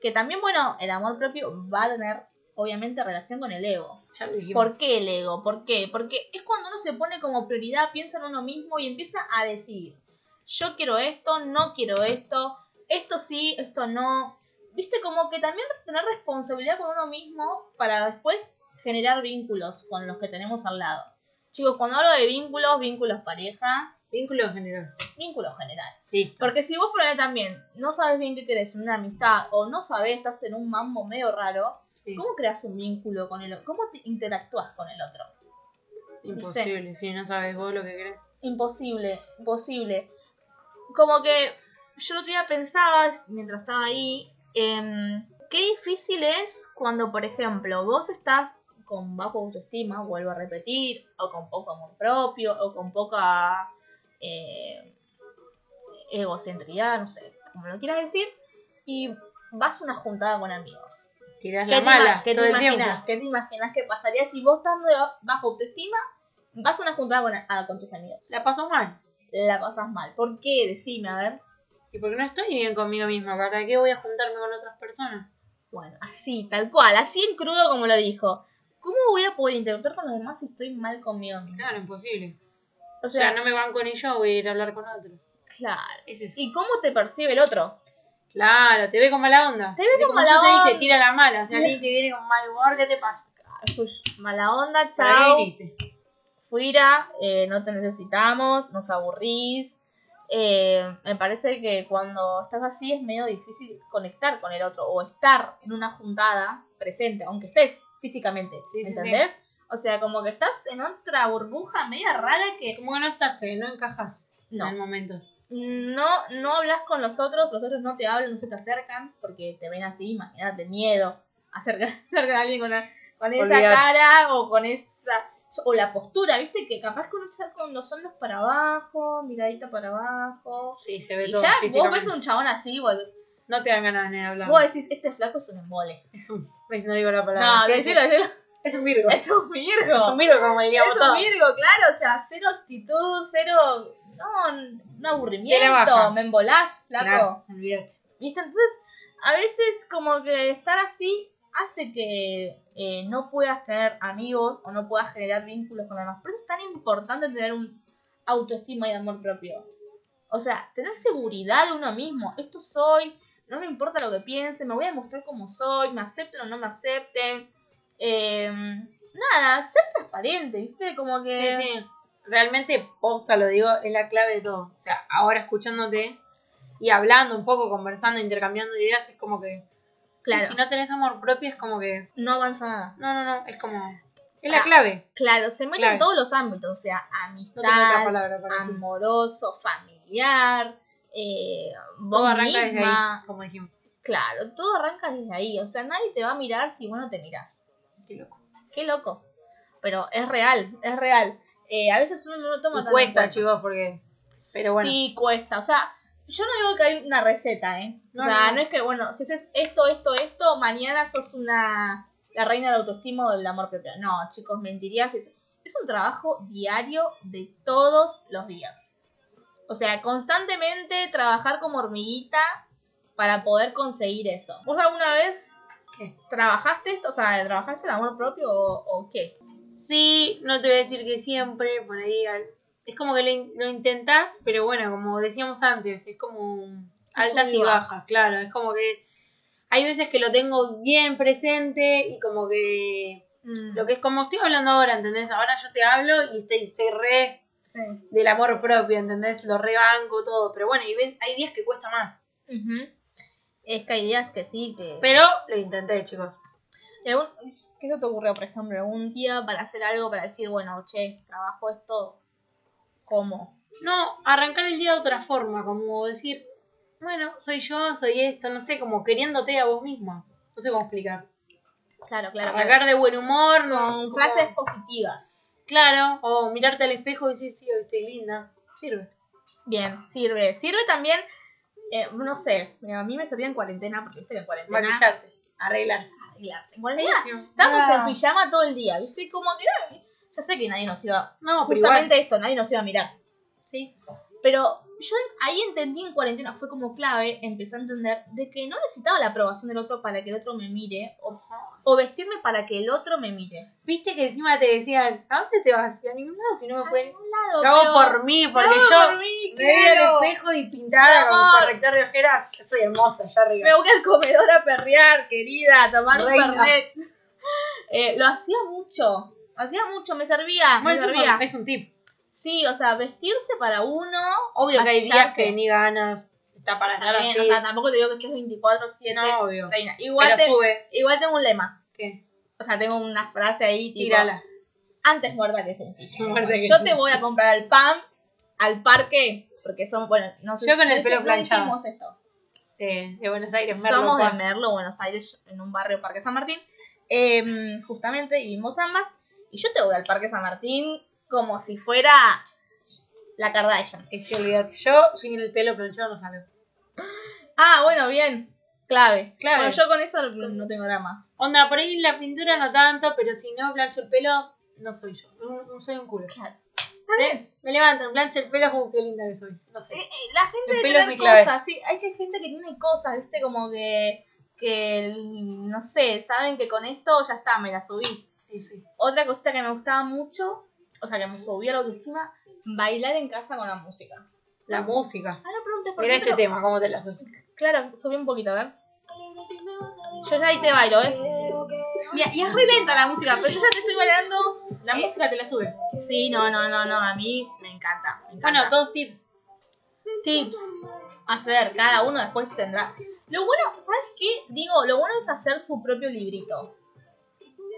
Speaker 3: Que también, bueno, el amor propio va a tener, obviamente, relación con el ego.
Speaker 1: Ya lo dijimos.
Speaker 3: ¿Por qué el ego? ¿Por qué? Porque es cuando uno se pone como prioridad, piensa en uno mismo y empieza a decir, yo quiero esto, no quiero esto, esto sí, esto no. Viste, como que también tener responsabilidad con uno mismo para después generar vínculos con los que tenemos al lado. Chicos, cuando hablo de vínculos, vínculos pareja,
Speaker 1: Vínculo en general.
Speaker 3: vínculos general.
Speaker 1: Listo.
Speaker 3: Porque si vos por ahí también no sabes bien qué querés en una amistad o no sabés, estás en un mambo medio raro,
Speaker 1: Sí.
Speaker 3: ¿cómo creas un vínculo con el otro? ¿Cómo te interactúas con el otro?
Speaker 1: Imposible, si no sabes vos lo que querés.
Speaker 3: Imposible, imposible. Como que yo el otro día pensaba, mientras estaba ahí, em, qué difícil es cuando, por ejemplo, vos estás con bajo autoestima, vuelvo a repetir, o con poco amor propio, o con poca eh, egocentridad, no sé, como lo quieras decir, y vas a una juntada con amigos.
Speaker 1: Tirás
Speaker 3: ¿Qué
Speaker 1: la
Speaker 3: te,
Speaker 1: mala
Speaker 3: ima- qué te
Speaker 1: todo el
Speaker 3: imaginas?
Speaker 1: tiempo.
Speaker 3: ¿Qué te imaginas que pasaría si vos estando bajo autoestima vas a una juntada con, a- con tus amigos?
Speaker 1: La paso mal.
Speaker 3: La pasas mal. ¿Por qué? Decime, a ver.
Speaker 1: Y porque no estoy bien conmigo misma, ¿para qué voy a juntarme con otras personas?
Speaker 3: Bueno, así, tal cual, así en crudo como lo dijo. ¿Cómo voy a poder interactuar con los demás si estoy mal conmigo? misma?
Speaker 1: Claro, imposible.
Speaker 3: O
Speaker 1: O sea,
Speaker 3: sea,
Speaker 1: no me banco ni yo, voy a ir a hablar con otros.
Speaker 3: claro.
Speaker 1: Es eso.
Speaker 3: ¿Y cómo te percibe el otro?
Speaker 1: Claro, te ve con mala onda.
Speaker 3: Te ve con
Speaker 1: como
Speaker 3: mala
Speaker 1: yo te
Speaker 3: onda.
Speaker 1: dije, tira la mala. O sea,
Speaker 3: Sí.
Speaker 1: alguien que viene con mal humor, ¿qué te pasa?
Speaker 3: Uy, Ah, Mala
Speaker 1: ¿Para
Speaker 3: onda, chao.
Speaker 1: qué viniste?
Speaker 3: Fuira, eh, no te necesitamos, nos aburrís. Eh, me parece que cuando estás así es medio difícil conectar con el otro o estar en una juntada presente, aunque estés físicamente,
Speaker 1: Sí, sí,
Speaker 3: ¿entendés? O sea, como que estás en otra burbuja media rara que
Speaker 1: Como que no estás, eh, no encajas
Speaker 3: no,
Speaker 1: en el momento.
Speaker 3: no, no hablas con los otros, los otros no te hablan, no se te acercan porque te ven así, imagínate, miedo, acercar acercar a alguien con, la- con esa
Speaker 1: Olvidate.
Speaker 3: cara o con esa... O la postura, viste, que capaz que uno está con los hombros para abajo, miradita para abajo.
Speaker 1: Sí, se ve
Speaker 3: Y
Speaker 1: todo.
Speaker 3: ya vos
Speaker 1: físicamente.
Speaker 3: ves un chabón así, vol-
Speaker 1: No te dan ganas ni de hablar.
Speaker 3: vos decís, este flaco es un embole.
Speaker 1: Es un. ves, No digo la palabra.
Speaker 3: No,
Speaker 1: Sí,
Speaker 3: decilo, decilo.
Speaker 1: Es un virgo.
Speaker 3: Es un virgo.
Speaker 1: Es un virgo, como diríamos
Speaker 3: Es un
Speaker 1: todos.
Speaker 3: Virgo, claro, o sea, cero actitud, cero. No, un
Speaker 1: Te la baja.
Speaker 3: aburrimiento, me embolás, flaco.
Speaker 1: Claro, olvídate.
Speaker 3: ¿Viste? Entonces, a veces, como que estar así hace que eh, no puedas tener amigos o no puedas generar vínculos con los demás. Por eso es tan importante tener un autoestima y amor propio. O sea, tener seguridad de uno mismo. Esto soy, no me importa lo que piense, me voy a mostrar como soy, me acepten o no me acepten. Eh, nada, ser transparente, ¿viste? Como que.
Speaker 1: Sí, sí. Realmente, posta, lo digo, es la clave de todo. O sea, ahora escuchándote y hablando un poco, conversando, intercambiando ideas, es como que.
Speaker 3: Claro.
Speaker 1: Si, si no tenés amor propio, es como que.
Speaker 3: No avanza nada.
Speaker 1: No, no, no. Es como. Es la
Speaker 3: Ah,
Speaker 1: clave.
Speaker 3: Claro, se mete
Speaker 1: Claro.
Speaker 3: en todos los ámbitos, o sea,
Speaker 1: No tengo otra
Speaker 3: amistad,
Speaker 1: palabra para decir.
Speaker 3: amoroso, familiar, eh, vos
Speaker 1: Todo arranca desde
Speaker 3: misma.
Speaker 1: ahí, como dijimos.
Speaker 3: Claro, todo arranca desde ahí. O sea, nadie te va a mirar si vos no te mirás.
Speaker 1: Qué loco.
Speaker 3: Qué loco. Pero es real, es real. Eh, a veces uno no lo toma
Speaker 1: Y
Speaker 3: tan en
Speaker 1: cuesta,
Speaker 3: cuenta.
Speaker 1: chicos, porque. Pero bueno.
Speaker 3: Sí, cuesta. O sea, yo no digo que hay una receta, ¿eh?
Speaker 1: No,
Speaker 3: o sea,
Speaker 1: no,
Speaker 3: no.
Speaker 1: no.
Speaker 3: es que, bueno, si haces esto, esto, esto, mañana sos una la reina del autoestima o del amor propio. No, chicos, mentirías. Es, es un trabajo diario de todos los días. O sea, constantemente trabajar como hormiguita para poder conseguir eso. ¿Vos alguna vez
Speaker 1: ¿Qué?
Speaker 3: trabajaste esto? O sea, ¿trabajaste el amor propio o, o qué?
Speaker 1: Sí, no te voy a decir que siempre, por ahí. al- Es como que lo, in- lo intentás, pero bueno, como decíamos antes, es como altas
Speaker 3: sub y
Speaker 1: y bajas, claro. Es como que hay veces que lo tengo bien presente y como que. Lo que es como estoy hablando ahora, ¿entendés? Ahora yo te hablo y estoy, estoy re
Speaker 3: Sí.
Speaker 1: del amor propio, ¿entendés? Lo rebanco todo. Pero bueno, y ves, hay días que cuesta más.
Speaker 3: Ujú. Es que hay días que sí, que...
Speaker 1: Pero lo intenté, chicos.
Speaker 3: ¿Y algún- ¿Qué se te ocurrió, por ejemplo, algún día para hacer algo, para decir, bueno, che, trabajo esto, ¿cómo?
Speaker 1: No, arrancar el día de otra forma, como decir, bueno, soy yo, soy esto, no sé, como queriéndote a vos misma. No sé cómo explicar.
Speaker 3: Claro, claro. claro.
Speaker 1: Arrancar de buen humor, no,
Speaker 3: Con
Speaker 1: como-
Speaker 3: frases positivas.
Speaker 1: Claro, o mirarte al espejo y decir, sí, hoy estoy linda. Sirve.
Speaker 3: Bien, sirve. Sirve también eh, no sé, pero a mí me servía en cuarentena, porque viste que en cuarentena...
Speaker 1: Maquillarse, arreglarse.
Speaker 3: Arreglarse. En cuarentena estábamos en pijama todo el día, viste, como que no... Yo sé que nadie nos iba...
Speaker 1: No, pero
Speaker 3: Justamente esto, nadie nos iba a mirar.
Speaker 1: igual, sí.
Speaker 3: Pero yo ahí entendí en cuarentena, fue como clave, empecé a entender de que no necesitaba la aprobación del otro para que el otro me mire o, o vestirme para que el otro me mire.
Speaker 1: Viste que encima te decían, ¿a dónde te vas? Y a ningún lado si no me pueden.
Speaker 3: Lado,
Speaker 1: Lo hago
Speaker 3: pero-
Speaker 1: por mí, porque
Speaker 3: Lo hago
Speaker 1: yo
Speaker 3: por mí,
Speaker 1: me veo al
Speaker 3: claro.
Speaker 1: espejo y pintada
Speaker 3: Amor.
Speaker 1: con corrector de ojeras. Soy hermosa allá arriba.
Speaker 3: Me voy al comedor a perrear, querida, a tomar un
Speaker 1: Reina.
Speaker 3: Fernet. Eh, lo hacía mucho, hacía mucho, me servía, me
Speaker 1: Bueno, eso es
Speaker 3: servía.
Speaker 1: un, es un tip.
Speaker 3: Sí, o sea, vestirse para uno.
Speaker 1: Obvio que hay días
Speaker 3: maquillarse.
Speaker 1: que ni ganas. Está para estar
Speaker 3: También,
Speaker 1: así.
Speaker 3: eh, o sea, tampoco te digo que estés 24-7.
Speaker 1: no, obvio.
Speaker 3: reina. Igual,
Speaker 1: Pero
Speaker 3: te-
Speaker 1: sube.
Speaker 3: igual tengo un lema.
Speaker 1: ¿Qué?
Speaker 3: O sea, tengo una frase ahí, tipo,
Speaker 1: Tírala.
Speaker 3: antes muerta que sencilla.
Speaker 1: Muerta que
Speaker 3: Yo te
Speaker 1: sencilla.
Speaker 3: voy a comprar el pan al parque, porque somos, bueno, no sé
Speaker 1: Yo con el pelo
Speaker 3: no
Speaker 1: planchado.
Speaker 3: dijimos esto.
Speaker 1: eh, De, de Buenos Aires, Merlo.
Speaker 3: Somos de
Speaker 1: Juan.
Speaker 3: Merlo, Buenos Aires, en un barrio Parque San Martín. Em, justamente vivimos ambas. Y yo te voy al Parque San Martín como si fuera la Kardashian.
Speaker 1: Es que olvidate. Yo sin el pelo planchado no salgo.
Speaker 3: Ah, bueno, bien. Clave.
Speaker 1: Clave.
Speaker 3: Bueno, yo con eso no no tengo drama.
Speaker 1: Onda, por ahí la pintura no tanto, pero si no plancho el pelo, no soy yo. Un- un- soy un culo.
Speaker 3: Claro.
Speaker 1: Eh, Me levanto, plancho el pelo, como qué linda que soy. No sé.
Speaker 3: Eh, eh, la gente
Speaker 1: El
Speaker 3: debe
Speaker 1: pelo es
Speaker 3: tener
Speaker 1: mi clave.
Speaker 3: cosas, sí. Hay que hay gente que tiene cosas, viste, como que, que, el- no sé, saben que con esto ya está, me la subís.
Speaker 1: Sí, sí.
Speaker 3: Otra cosita que me gustaba mucho, o sea, que me subía la autoestima, bailar en casa con la música.
Speaker 1: La música.
Speaker 3: Ahora preguntes por
Speaker 1: Mira
Speaker 3: qué,
Speaker 1: este
Speaker 3: pero-
Speaker 1: tema, cómo te la suelto.
Speaker 3: Claro, subí un poquito, a ver. Yo ya ahí te bailo, ¿eh? Mira, y es re lenta la música, pero yo ya te estoy bailando.
Speaker 1: La música te la sube.
Speaker 3: Sí, no, no, no, no, a mí me encanta. Me encanta.
Speaker 1: Bueno, todos tips.
Speaker 3: tips. A ver, cada uno después tendrá. Lo bueno, ¿sabes qué? Digo, lo bueno es hacer su propio librito.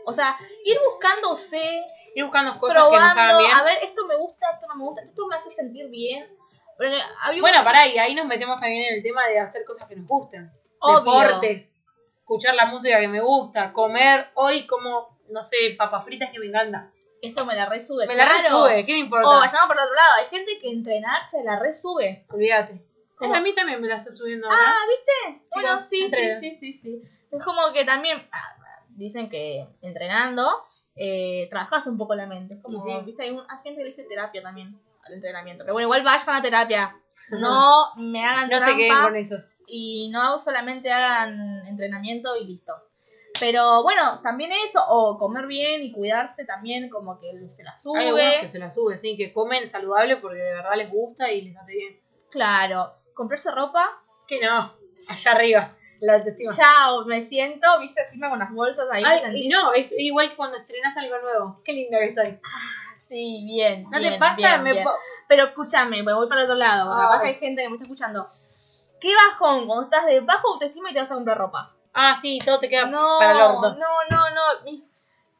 Speaker 3: O sea, ir buscándose,
Speaker 1: Ir buscando cosas que nos hagan
Speaker 3: probando,
Speaker 1: bien.
Speaker 3: a ver, esto me gusta, esto no me gusta, esto me hace sentir bien. Pero, eh, había un-
Speaker 1: Bueno, pará, y ahí nos metemos también en el tema de hacer cosas que nos gusten.
Speaker 3: Obvio.
Speaker 1: Deportes, escuchar la música que me gusta, comer hoy como, no sé, papas fritas que me encanta.
Speaker 3: esto me la resube.
Speaker 1: Me la
Speaker 3: claro.
Speaker 1: resube, ¿qué me importa?
Speaker 3: O vayamos por el otro lado. Hay gente que entrenar se la resube.
Speaker 1: Olvídate.
Speaker 3: ¿Cómo?
Speaker 1: A mí también me la está subiendo ahora.
Speaker 3: Ah, ¿viste? bueno, sí,
Speaker 1: entrenen.
Speaker 3: sí, sí, sí, sí. Es como que también ah, dicen que entrenando eh, trabajas un poco la mente. Es como,
Speaker 1: Y sí.
Speaker 3: ¿viste? Hay, un, hay gente que le dice terapia también al entrenamiento. Pero bueno, igual vayan a terapia. No me hagan
Speaker 1: Ah, no
Speaker 3: trampa
Speaker 1: se queden con eso.
Speaker 3: y no solamente hagan entrenamiento y listo. Pero bueno, también eso, o comer bien y cuidarse también, como que se la sube.
Speaker 1: Hay algunos que se la sube, sí, que comen saludable porque de verdad les gusta y les hace bien.
Speaker 3: Claro, comprarse ropa
Speaker 1: Que no, allá arriba, la autoestima.
Speaker 3: Chao, me siento, viste, encima con las bolsas ahí.
Speaker 1: Ay,
Speaker 3: me sentí-
Speaker 1: y no, es igual que cuando estrenas algo nuevo. Qué linda que estoy.
Speaker 3: Sí, bien.
Speaker 1: ¿No
Speaker 3: bien,
Speaker 1: te pasa?
Speaker 3: bien,
Speaker 1: Me
Speaker 3: bien. Ah,
Speaker 1: po-
Speaker 3: Pero escúchame, me voy para el otro lado.
Speaker 1: Ay.
Speaker 3: Capaz que hay gente que me está escuchando. Qué bajón, cuando estás de bajo autoestima y te vas a comprar ropa.
Speaker 1: Ah, sí, todo te queda
Speaker 3: No,
Speaker 1: para el
Speaker 3: no,
Speaker 1: orto.
Speaker 3: no, no. Mi-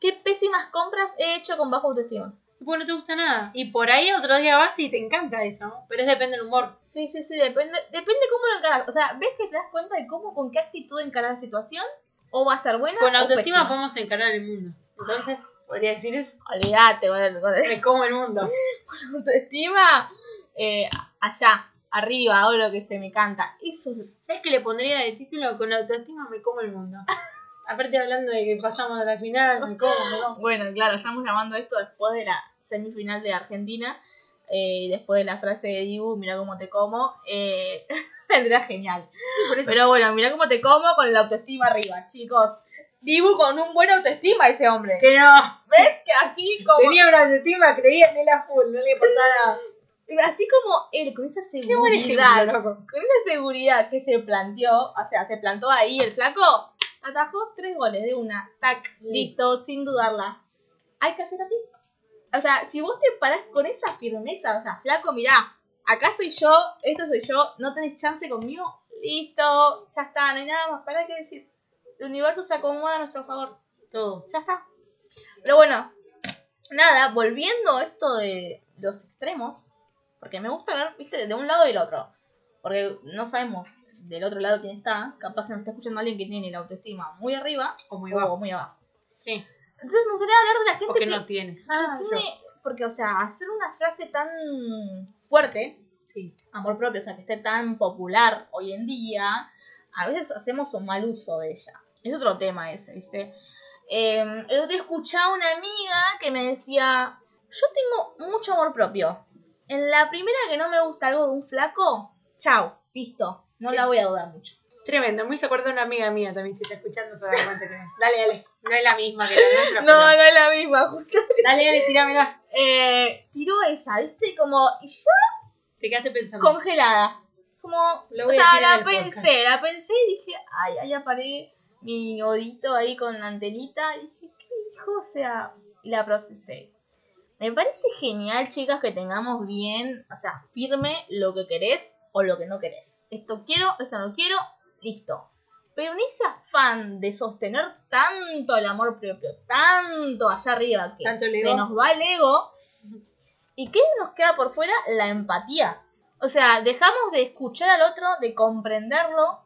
Speaker 3: Qué pésimas compras he hecho con bajo autoestima.
Speaker 1: Porque no te gusta nada. Y por ahí otro día vas y te encanta eso. ¿no? Pero es depende del humor.
Speaker 3: Sí, sí, sí, depende, depende cómo lo encaras. O sea, ¿ves que te das cuenta de cómo, con qué actitud encaras la situación? ¿O va a ser buena?
Speaker 1: Con
Speaker 3: o
Speaker 1: autoestima
Speaker 3: pésima?
Speaker 1: podemos encarar el mundo. Entonces, pues podría decir eso.
Speaker 3: Olvídate, con- con-
Speaker 1: Me como el mundo.
Speaker 3: autoestima eh, allá, arriba, hago lo que se me canta. Eso es lo que-
Speaker 1: ¿Sabes qué le pondría de título? Con autoestima me como el mundo. Aparte hablando de que pasamos a la final, me como, me como.
Speaker 3: Bueno, claro, estamos grabando esto después de la semifinal de Argentina. eh, y después de la frase de Dibu, mira cómo te como, eh, vendrá genial.
Speaker 1: por eso.
Speaker 3: Pero bueno, mira cómo te como con la autoestima arriba, chicos. Dibu con un buen autoestima ese hombre.
Speaker 1: Que no.
Speaker 3: ¿Ves que así como
Speaker 1: Tenía una autoestima, creía en él a full, no le importaba nada.
Speaker 3: así como él con esa
Speaker 1: Qué buen
Speaker 3: seguridad,
Speaker 1: ejemplo, loco.
Speaker 3: con esa seguridad que se planteó, o sea, se plantó ahí el flaco, atajó tres goles de una, tac, listo, sin dudarla. Hay que hacer así. O sea, si vos te parás con esa firmeza, o sea, flaco, mirá, acá estoy yo, esto soy yo, no tenés chance conmigo, listo, ya está, no hay nada más para que decir. El universo se acomoda a nuestro favor,
Speaker 1: Todo.
Speaker 3: ya está. Pero bueno, nada, volviendo a esto de los extremos, porque me gusta hablar, viste, de un lado y del otro. Porque no sabemos del otro lado quién está. Capaz que nos está escuchando alguien que tiene la autoestima muy arriba
Speaker 1: O muy
Speaker 3: o
Speaker 1: bajo.
Speaker 3: muy abajo.
Speaker 1: Sí.
Speaker 3: Entonces me gustaría hablar de la gente
Speaker 1: O que Ah,
Speaker 3: que,
Speaker 1: no tiene.
Speaker 3: que tiene- Porque, o sea, hacer una frase tan fuerte
Speaker 1: Sí.
Speaker 3: amor propio, o sea, que esté tan popular hoy en día, a veces hacemos un mal uso de ella. Es otro tema ese, ¿viste? Eh, el otro día escuchaba a una amiga que me decía, yo tengo mucho amor propio. En la primera que no me gusta algo de un flaco, chao, listo, no la voy a dudar mucho.
Speaker 1: Tremendo. Muy se acuerda una amiga mía también. Si está escuchando, se da cuenta que es. Dale, dale. No es la misma que la nuestra.
Speaker 3: No,
Speaker 1: pero-
Speaker 3: no es la misma, justo.
Speaker 1: Dale, dale, tirámela.
Speaker 3: Eh, tiró esa, ¿viste? Como, y yo
Speaker 1: Te quedaste pensando.
Speaker 3: congelada. Como,
Speaker 1: Lo
Speaker 3: o
Speaker 1: voy a
Speaker 3: sea,
Speaker 1: decir en
Speaker 3: la
Speaker 1: el
Speaker 3: pensé, la pensé y dije, ay, ahí aparé mi odito ahí con la antenita. Y dije, ¿qué dijo? O sea, y la procesé. Me parece genial, chicas, que tengamos bien, o sea, firme lo que querés o lo que no querés. Esto quiero, esto no quiero, listo. Pero en ese afán de sostener tanto el amor propio, tanto allá arriba que
Speaker 1: Tanto el
Speaker 3: se
Speaker 1: ego.
Speaker 3: nos va el ego, ¿y qué nos queda por fuera? La empatía. O sea, dejamos de escuchar al otro, de comprenderlo,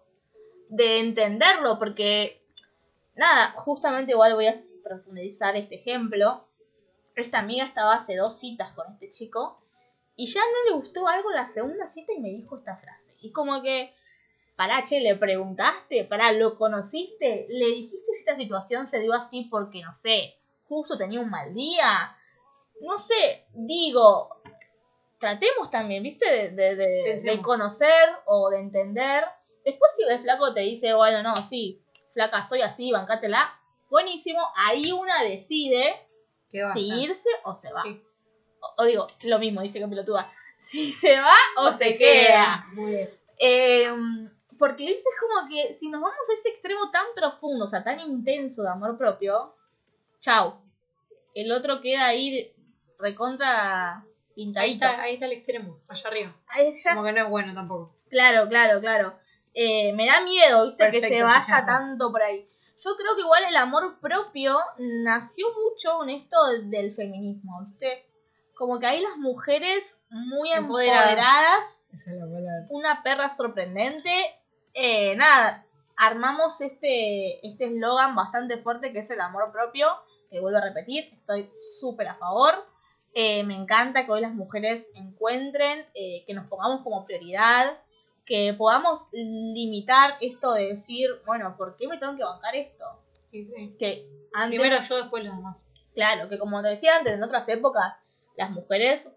Speaker 3: de entenderlo, porque, nada, justamente igual voy a profundizar este ejemplo. Esta amiga estaba hace dos citas con este chico y ya no le gustó algo la segunda cita y me dijo esta frase. Y como que, pará, che, le preguntaste, pará, lo conociste, le dijiste si esta situación se dio así porque, no sé, justo tenía un mal día. No sé, digo, tratemos también, ¿viste? De, de- de-
Speaker 1: Pensemos.
Speaker 3: de conocer o de entender. Después si el flaco te dice, bueno, no, sí, flaca soy así, bancátela. Buenísimo, ahí una decide
Speaker 1: ¿Qué va a
Speaker 3: si
Speaker 1: hacer?
Speaker 3: irse o se va.
Speaker 1: Sí.
Speaker 3: O, o digo, lo mismo, dije con pelotuda. Si se va o se queda.
Speaker 1: Muy bien.
Speaker 3: Em, porque, viste, es como que si nos vamos a ese extremo tan profundo, o sea, tan intenso de amor propio, chau. El otro queda ahí de- recontra
Speaker 1: Ahí
Speaker 3: pintadito.
Speaker 1: está, ahí está el extremo, allá arriba.
Speaker 3: Ahí ya
Speaker 1: Como que no es bueno tampoco.
Speaker 3: Claro, claro, claro. Eh, me da miedo, viste, que
Speaker 1: Perfecto,
Speaker 3: se vaya
Speaker 1: Susana.
Speaker 3: tanto por ahí. Yo creo que igual el amor propio nació mucho con esto del feminismo, viste. Como que hay las mujeres muy
Speaker 1: Empoderadas.
Speaker 3: empoderadas,
Speaker 1: Esa es la palabra.
Speaker 3: una perra sorprendente. Eh, nada, armamos este este eslogan bastante fuerte que es el amor propio, que vuelvo a repetir, estoy súper a favor. Eh, me encanta que hoy las mujeres encuentren, eh, que nos pongamos como prioridad, que podamos limitar esto de decir, bueno, ¿por qué me tengo que bancar esto?
Speaker 1: Sí, sí.
Speaker 3: Que antes,
Speaker 1: Primero yo, después los demás.
Speaker 3: claro, que como te decía antes, en otras épocas, las mujeres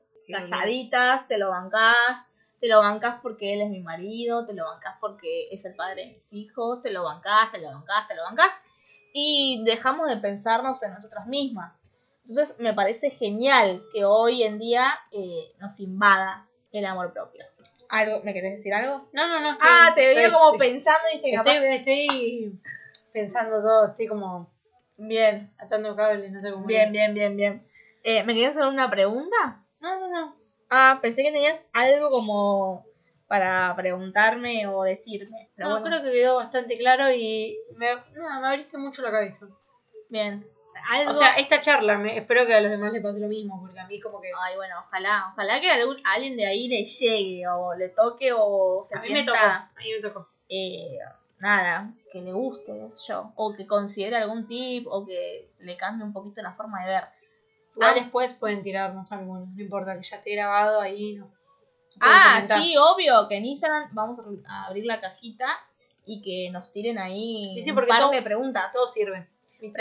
Speaker 3: calladitas, te lo bancás, te lo bancás porque él es mi marido, te lo bancás porque es el padre de mis hijos, te lo bancás, te lo bancás, te lo bancás, y dejamos de pensarnos en nosotras mismas. Entonces me parece genial que hoy en día eh, nos invada el amor propio. ¿Algo, ¿Me querés decir algo?
Speaker 1: No, no, no. estoy-
Speaker 3: Ah, te veía
Speaker 1: estoy-
Speaker 3: como pensando y dije, capaz...
Speaker 1: Estoy, estoy pensando todo, estoy como
Speaker 3: Bien,
Speaker 1: atando cables, no sé cómo.
Speaker 3: bien, bien, bien, bien. Eh, ¿Me querías hacer una pregunta?
Speaker 1: No, no, no.
Speaker 3: Ah, pensé que tenías algo como para preguntarme o decirme. Pero
Speaker 1: no
Speaker 3: bueno,
Speaker 1: creo que quedó bastante claro y me, nada, me abriste mucho la cabeza.
Speaker 3: bien. Algo...
Speaker 1: O sea, esta charla, me, espero que a los demás les pase lo mismo, porque a mí como que...
Speaker 3: eh, Ay, bueno, ojalá, ojalá que algún, alguien de ahí le llegue o le toque o se
Speaker 1: A mí me tocó,
Speaker 3: sienta,
Speaker 1: a mí me tocó.
Speaker 3: eh, nada, que le guste, qué sé yo, o que considere algún tip o que le cambie un poquito la forma de ver.
Speaker 1: Igual
Speaker 3: Ah.
Speaker 1: después pueden tirarnos algunos, no importa, que ya esté grabado ahí. No. Pueden
Speaker 3: Ah,
Speaker 1: comentar.
Speaker 3: sí, obvio, que en Instagram vamos a abrir la cajita y que nos tiren ahí
Speaker 1: Sí, sí,
Speaker 3: un
Speaker 1: porque
Speaker 3: par
Speaker 1: todo-
Speaker 3: de preguntas.
Speaker 1: Todo sirve.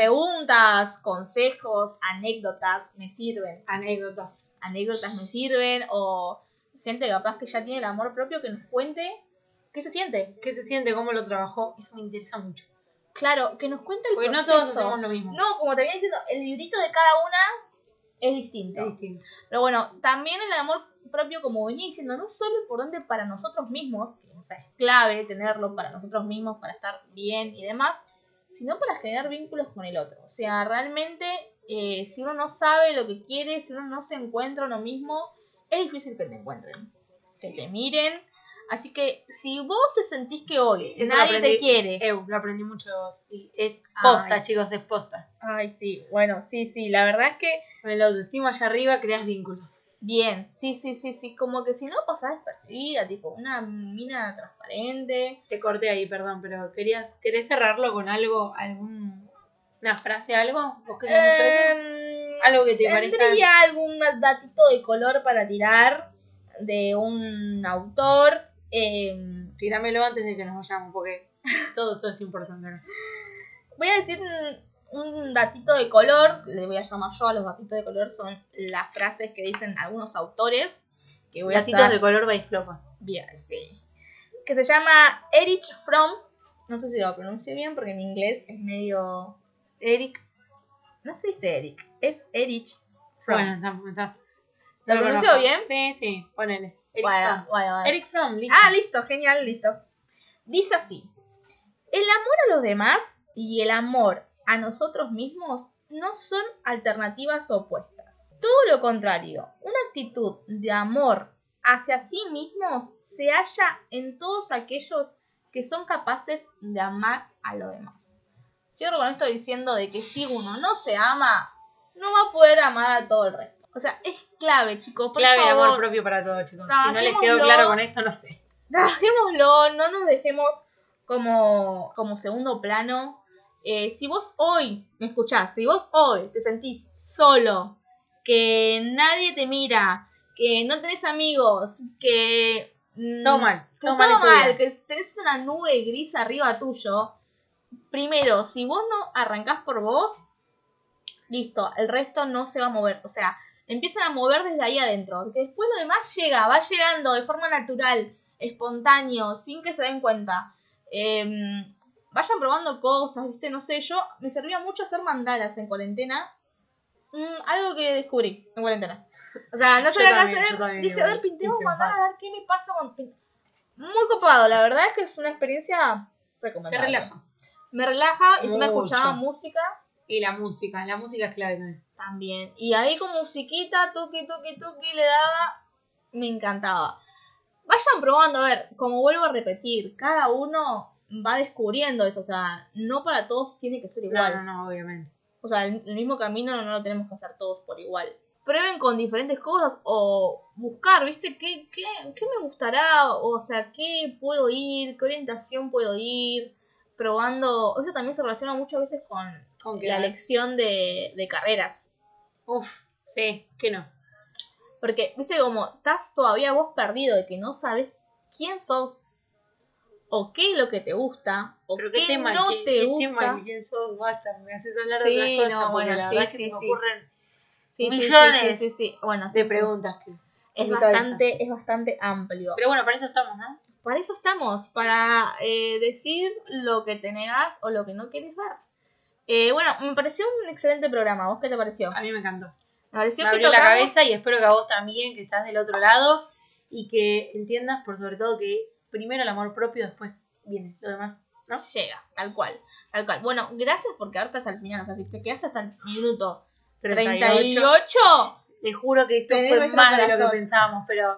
Speaker 3: preguntas, consejos, anécdotas me sirven.
Speaker 1: Anécdotas.
Speaker 3: Anécdotas me sirven o gente capaz que ya tiene el amor propio que nos cuente qué se siente.
Speaker 1: ¿Qué se siente? ¿Cómo lo trabajó? Eso me interesa mucho.
Speaker 3: Claro, que nos cuente el
Speaker 1: Porque no
Speaker 3: proceso.
Speaker 1: todos hacemos lo mismo.
Speaker 3: No, como te venía diciendo, el librito de cada una es distinto.
Speaker 1: Es distinto.
Speaker 3: Pero bueno, también el amor propio, como venía diciendo, no solo importante para nosotros mismos, que o sea, es clave tenerlo para nosotros mismos, para estar bien y demás, sino para generar vínculos con el otro. O sea, realmente, eh, si uno no sabe lo que quiere, si uno no se encuentra uno mismo, es difícil que te encuentren, que te miren. Así que si vos te sentís que hoy
Speaker 1: Sí, eso lo
Speaker 3: nadie te
Speaker 1: aprendí.
Speaker 3: quiere,
Speaker 1: Eu, lo aprendí mucho. de vos. Y es posta,
Speaker 3: Ay.
Speaker 1: chicos, es posta.
Speaker 3: ay sí, bueno, sí, sí, la verdad es que
Speaker 1: Con la autoestima allá arriba creas vínculos.
Speaker 3: Bien, sí, sí, sí, sí, como que si no pasás despercibida, tipo una mina transparente.
Speaker 1: Te corté ahí, perdón, pero querías, ¿querés cerrarlo con algo? algún ¿Una frase, algo? ¿Vos que sabés mucho de eso?
Speaker 3: Em,
Speaker 1: Algo que te parezca.
Speaker 3: Tendría algún datito de color para tirar de un autor. eh,
Speaker 1: Tíramelo antes de que nos vayamos, porque todo esto es importante. acá.
Speaker 3: Voy a decir un, un datito de color, le voy a llamar yo a los datitos de color, son las frases que dicen algunos autores. Que voy
Speaker 1: Gatitos
Speaker 3: a estar-
Speaker 1: de color by flopa.
Speaker 3: Bien, sí. Que se llama Erich Fromm. No sé si lo pronuncio bien porque mi inglés es medio. Eric. No se dice Eric, es Erich Fromm.
Speaker 1: Bueno, está, está.
Speaker 3: ¿Lo
Speaker 1: conozco.
Speaker 3: pronuncio bien?
Speaker 1: Sí, sí, ponele. Eric
Speaker 3: Bueno,
Speaker 1: Fromm.
Speaker 3: bueno, bueno.
Speaker 1: Eric Fromm, listo.
Speaker 3: Ah, listo, genial, listo. Dice así: El amor a los demás y el amor a nosotros mismos no son alternativas opuestas. Todo lo contrario, una actitud de amor hacia sí mismos se halla en todos aquellos que son capaces de amar a los demás. Cierro con esto diciendo de que si uno no se ama, no va a poder amar a todo el resto. O sea, es clave, chicos. Por
Speaker 1: Clave el
Speaker 3: favor,
Speaker 1: amor propio para todos, chicos. Si no les quedó
Speaker 3: Trabajémoslo.
Speaker 1: claro con esto, no sé.
Speaker 3: trabajémoslo, no nos dejemos como, como segundo plano. Eh, si vos hoy, me escuchás, si vos hoy te sentís solo, que nadie te mira, que no tenés amigos, que... mm,
Speaker 1: Todo mal.
Speaker 3: que
Speaker 1: Todo,
Speaker 3: todo,
Speaker 1: mal en tu vida.
Speaker 3: mal, que tenés una nube gris arriba tuyo. Primero, si vos no arrancás por vos, listo, el resto no se va a mover. O sea, empiezan a mover desde ahí adentro. Que después lo demás llega, va llegando de forma natural, espontáneo, sin que se den cuenta. Em, vayan probando cosas, ¿viste? No sé, yo me servía mucho hacer mandalas en cuarentena. Mm, algo que descubrí en cuarentena. O sea, no
Speaker 1: Yo
Speaker 3: sabía qué
Speaker 1: también, yo
Speaker 3: hacer.
Speaker 1: también
Speaker 3: Dije, a
Speaker 1: igual,
Speaker 3: ver, pintemos
Speaker 1: hice un
Speaker 3: mandalas,
Speaker 1: par.
Speaker 3: a ver qué me pasa con... pin-". Muy copado, la verdad es que es una experiencia
Speaker 1: Te
Speaker 3: recomendable.
Speaker 1: relaja.
Speaker 3: Me relaja y se me
Speaker 1: Mucho.
Speaker 3: escuchaba música
Speaker 1: Y la música, la música es clave también.
Speaker 3: también. Y ahí con musiquita, tuki, tuki, tuki, le daba. Me encantaba. Vayan probando, a ver, como vuelvo a repetir, cada uno va descubriendo eso, o sea, no para todos tiene que ser igual.
Speaker 1: No, no, no, obviamente.
Speaker 3: O sea, el, el mismo camino no lo tenemos que hacer todos por igual. Prueben con diferentes cosas o buscar, ¿viste? ¿Qué, qué, qué me gustará? O sea, ¿qué puedo ir? ¿Qué orientación puedo ir? Probando. Eso también se relaciona muchas veces con
Speaker 1: Con que
Speaker 3: la elección de, de carreras.
Speaker 1: Uf, sí, que no.
Speaker 3: Porque, viste, como estás todavía vos perdido de que no sabes quién sos, o qué es lo que te gusta, o
Speaker 1: Pero
Speaker 3: qué,
Speaker 1: qué tema,
Speaker 3: no
Speaker 1: qué,
Speaker 3: te
Speaker 1: qué
Speaker 3: gusta.
Speaker 1: tema, y quién sos, basta, me haces hablar
Speaker 3: Sí,
Speaker 1: de otras cosas,
Speaker 3: no,
Speaker 1: porque
Speaker 3: bueno,
Speaker 1: la
Speaker 3: sí,
Speaker 1: verdad es que
Speaker 3: sí,
Speaker 1: se me
Speaker 3: sí.
Speaker 1: ocurren
Speaker 3: Sí, sí, sí,
Speaker 1: Millones
Speaker 3: sí, sí, sí. Bueno, sí,
Speaker 1: de
Speaker 3: sí.
Speaker 1: preguntas. que- en
Speaker 3: Es
Speaker 1: mi cabeza.
Speaker 3: bastante, es bastante amplio.
Speaker 1: Pero bueno, para eso estamos, ¿no?
Speaker 3: Para eso estamos, para eh, decir lo que te negas o lo que no quieres ver. Eh, bueno, me pareció un excelente programa. ¿Vos qué te pareció?
Speaker 1: A mí me encantó.
Speaker 3: Me pareció
Speaker 1: me
Speaker 3: que
Speaker 1: abrió la
Speaker 3: tocamos-
Speaker 1: cabeza y espero que a vos también, que estás del otro lado, y que entiendas, por sobre todo, que primero el amor propio, después viene lo demás, ¿no?
Speaker 3: Llega, tal cual, tal cual. Bueno, gracias por quedarte hasta el final. O sea, si te quedaste hasta el minuto 38,
Speaker 1: Les juro que esto
Speaker 3: Tenés
Speaker 1: fue
Speaker 3: nuestro
Speaker 1: más de lo
Speaker 3: corazón.
Speaker 1: que pensábamos, pero...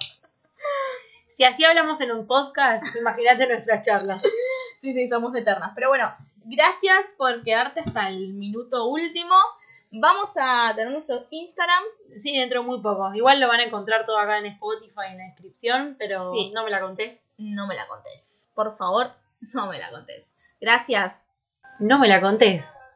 Speaker 1: Si así hablamos en un podcast, imagínate nuestras charlas.
Speaker 3: sí, sí, somos eternas. Pero bueno, gracias por quedarte hasta el minuto último. Vamos a tener nuestro Instagram.
Speaker 1: Sí, dentro de muy poco. Igual lo van a encontrar todo acá en Spotify, en la descripción, pero
Speaker 3: Sí.
Speaker 1: no me la contés.
Speaker 3: No me la contés. Por favor, no me la contés. Gracias.
Speaker 1: No me la contés.